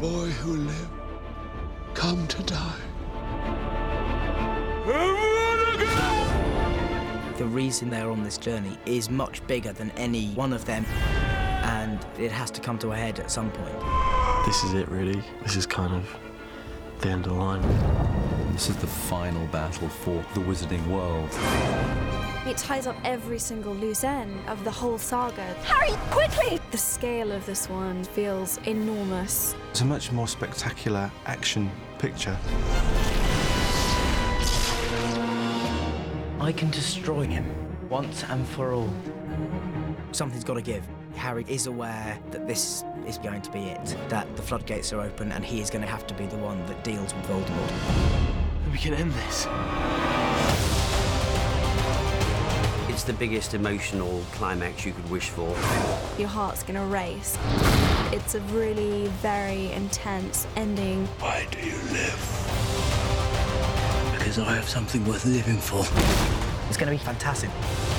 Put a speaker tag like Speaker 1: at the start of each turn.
Speaker 1: boy who lived, come to die.
Speaker 2: The reason they're on this journey is much bigger than any one of them, and it has to come to a head at some point.
Speaker 3: This is it, really. This is kind of the end of the line.
Speaker 4: This is the final battle for the Wizarding World.
Speaker 5: It ties up every single loose end of the whole saga.
Speaker 6: Harry, quickly!
Speaker 5: The scale of this one feels enormous.
Speaker 7: It's a much more spectacular action picture.
Speaker 2: I can destroy him once and for all. Something's got to give. Harry is aware that this is going to be it, that the floodgates are open and he is going to have to be the one that deals with Voldemort.
Speaker 3: We can end this.
Speaker 8: It's the biggest emotional climax you could wish for.
Speaker 5: Your heart's gonna race. It's a really very intense ending.
Speaker 1: Why do you live?
Speaker 2: It's going to be fantastic.